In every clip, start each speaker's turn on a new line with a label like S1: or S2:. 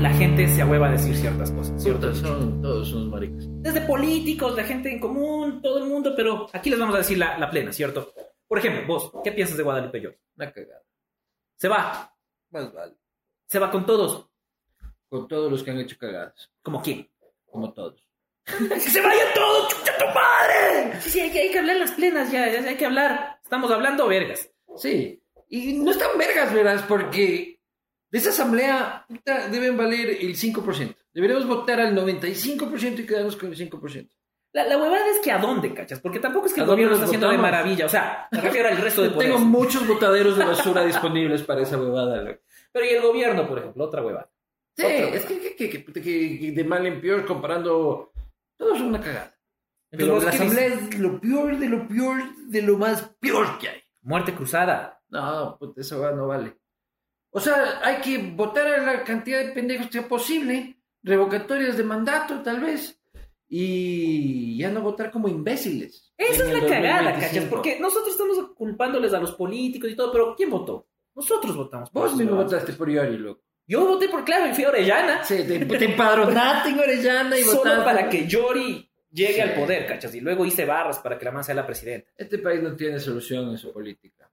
S1: la gente se ahueva a decir ciertas cosas.
S2: Todos son, todos son unos maricas.
S1: Desde políticos, la gente en común, todo el mundo, pero aquí les vamos a decir la, la plena, ¿cierto? Por ejemplo, vos, ¿qué piensas de Guadalupe Llor?
S2: Una cagada.
S1: Se va,
S2: Más vale.
S1: se va con todos.
S2: Con todos los que han hecho cagadas.
S1: ¿Como quién?
S2: Como todos.
S1: ¡Que se vayan todos, chucha tu madre! Sí, sí, hay que, hay que hablar las plenas ya, ya hay que hablar. Estamos hablando vergas.
S2: Sí. Y no están vergas, verás, porque de esa asamblea puta, deben valer el 5%. Deberíamos votar al 95% y quedarnos con el 5%.
S1: La, la huevada es que a dónde, cachas, porque tampoco es que el
S2: ¿A dónde
S1: gobierno
S2: nos
S1: está haciendo de
S2: votamos?
S1: maravilla, o sea, me refiero al resto de
S2: Yo tengo
S1: poderes.
S2: muchos botaderos de basura disponibles para esa huevada. loco.
S1: Pero y el gobierno, por ejemplo, otra huevada.
S2: Sí, es que, que- que- que- puta, que- que de mal en peor comparando... Todo es una cagada.
S1: Entonces,
S2: Pero
S1: ¿vos
S2: la
S1: qué
S2: asamblea es lo peor de lo peor de lo más peor que hay.
S1: Muerte cruzada.
S2: No, puta, esa hueá no vale. O sea, hay que votar a la cantidad de pendejos que sea posible, revocatorias de mandato, tal vez, y ya no votar como imbéciles.
S1: Esa
S2: en
S1: es la
S2: el
S1: cagada,
S2: 2025.
S1: cachas, porque nosotros estamos culpándoles a los políticos y todo, pero ¿quién votó? Nosotros votamos. por
S2: Vos
S1: esos
S2: mismo
S1: huevadas.
S2: votaste por Yori, loco.
S1: Yo voté por Claro y fui a Orellana
S2: Sí, te, te empadronaste en Orellana y votaste.
S1: solo para que Yori llegue
S2: Sí.
S1: al poder, cachas, y luego hice barras para que la man sea la presidenta.
S2: Este país no tiene solución en su política.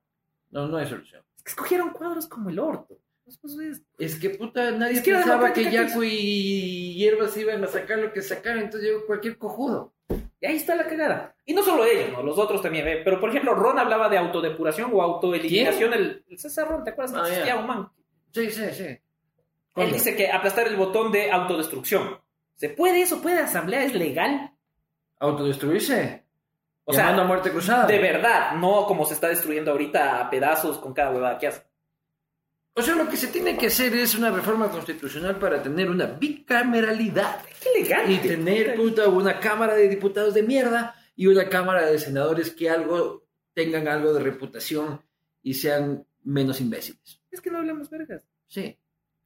S2: No, no hay solución.
S1: Es que escogieron cuadros como el orto. pues, Después es-
S2: Es que puta, nadie
S1: Izquierda
S2: pensaba que
S1: Democrática que
S2: Yacu y Hierbas iban a sacar lo que sacaron, entonces llegó cualquier cojudo.
S1: Y ahí está la cagada. Y no solo ellos, ¿no? Los otros también. ¿eh? Pero, por ejemplo, Ron hablaba de autodepuración o autoeliminación. El, el César Ron, ¿te acuerdas? que
S2: Ah, ya.
S1: existía un man?
S2: Sí, sí, sí.
S1: Él dice que aplastar el botón de autodestrucción. ¿Se puede eso? ¿Puede asamblea? ¿Es legal?
S2: ¿Autodestruirse?
S1: O
S2: O
S1: sea,
S2: sea, a muerte cruzada.
S1: De verdad, no como se está destruyendo ahorita a pedazos con cada huevada que hace.
S2: O sea, lo que se tiene que hacer es una reforma constitucional para tener una bicameralidad
S1: ¡Qué legal!
S2: y tener puta, una Cámara de Diputados de mierda y una Cámara de Senadores que algo tengan algo de reputación y sean menos imbéciles.
S1: Es que no hablamos vergas.
S2: Sí.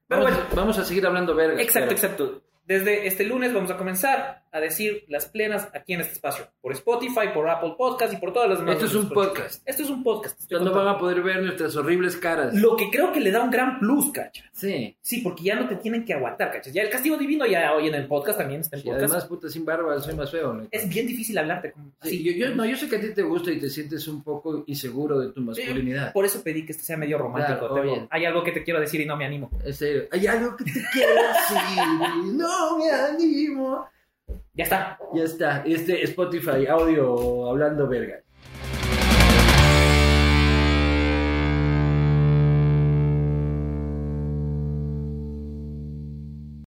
S1: Pero
S2: vamos,
S1: bueno.
S2: vamos a seguir hablando verga.
S1: Exacto, exacto. Desde este lunes vamos a comenzar a decir las plenas aquí en este espacio. Por Spotify, por Apple Podcast y por todas las demás.
S2: Esto es un podcast.
S1: Esto es un podcast. Estoy
S2: Entonces no
S1: contando.
S2: van a poder ver nuestras horribles caras.
S1: Lo que creo que le da un gran plus, cacha.
S2: Sí.
S1: Sí, porque ya no te tienen que aguantar, cachas. Ya el castigo divino ya hoy en el podcast también está en
S2: Y
S1: podcast.
S2: además, puta, sin barba, soy más feo. ¿no?
S1: es bien difícil hablarte como
S2: Sí,
S1: así.
S2: yo, yo- no, yo sé que a ti te gusta y te sientes un poco inseguro de tu masculinidad.
S1: Por eso pedí que este sea medio romántico.
S2: Claro,
S1: Tebo.
S2: oye.
S1: Hay algo que te quiero decir y no me animo.
S2: En serio, hay algo que te quiero decir. No me animo.
S1: Ya está.
S2: Ya está, este Spotify audio hablando verga.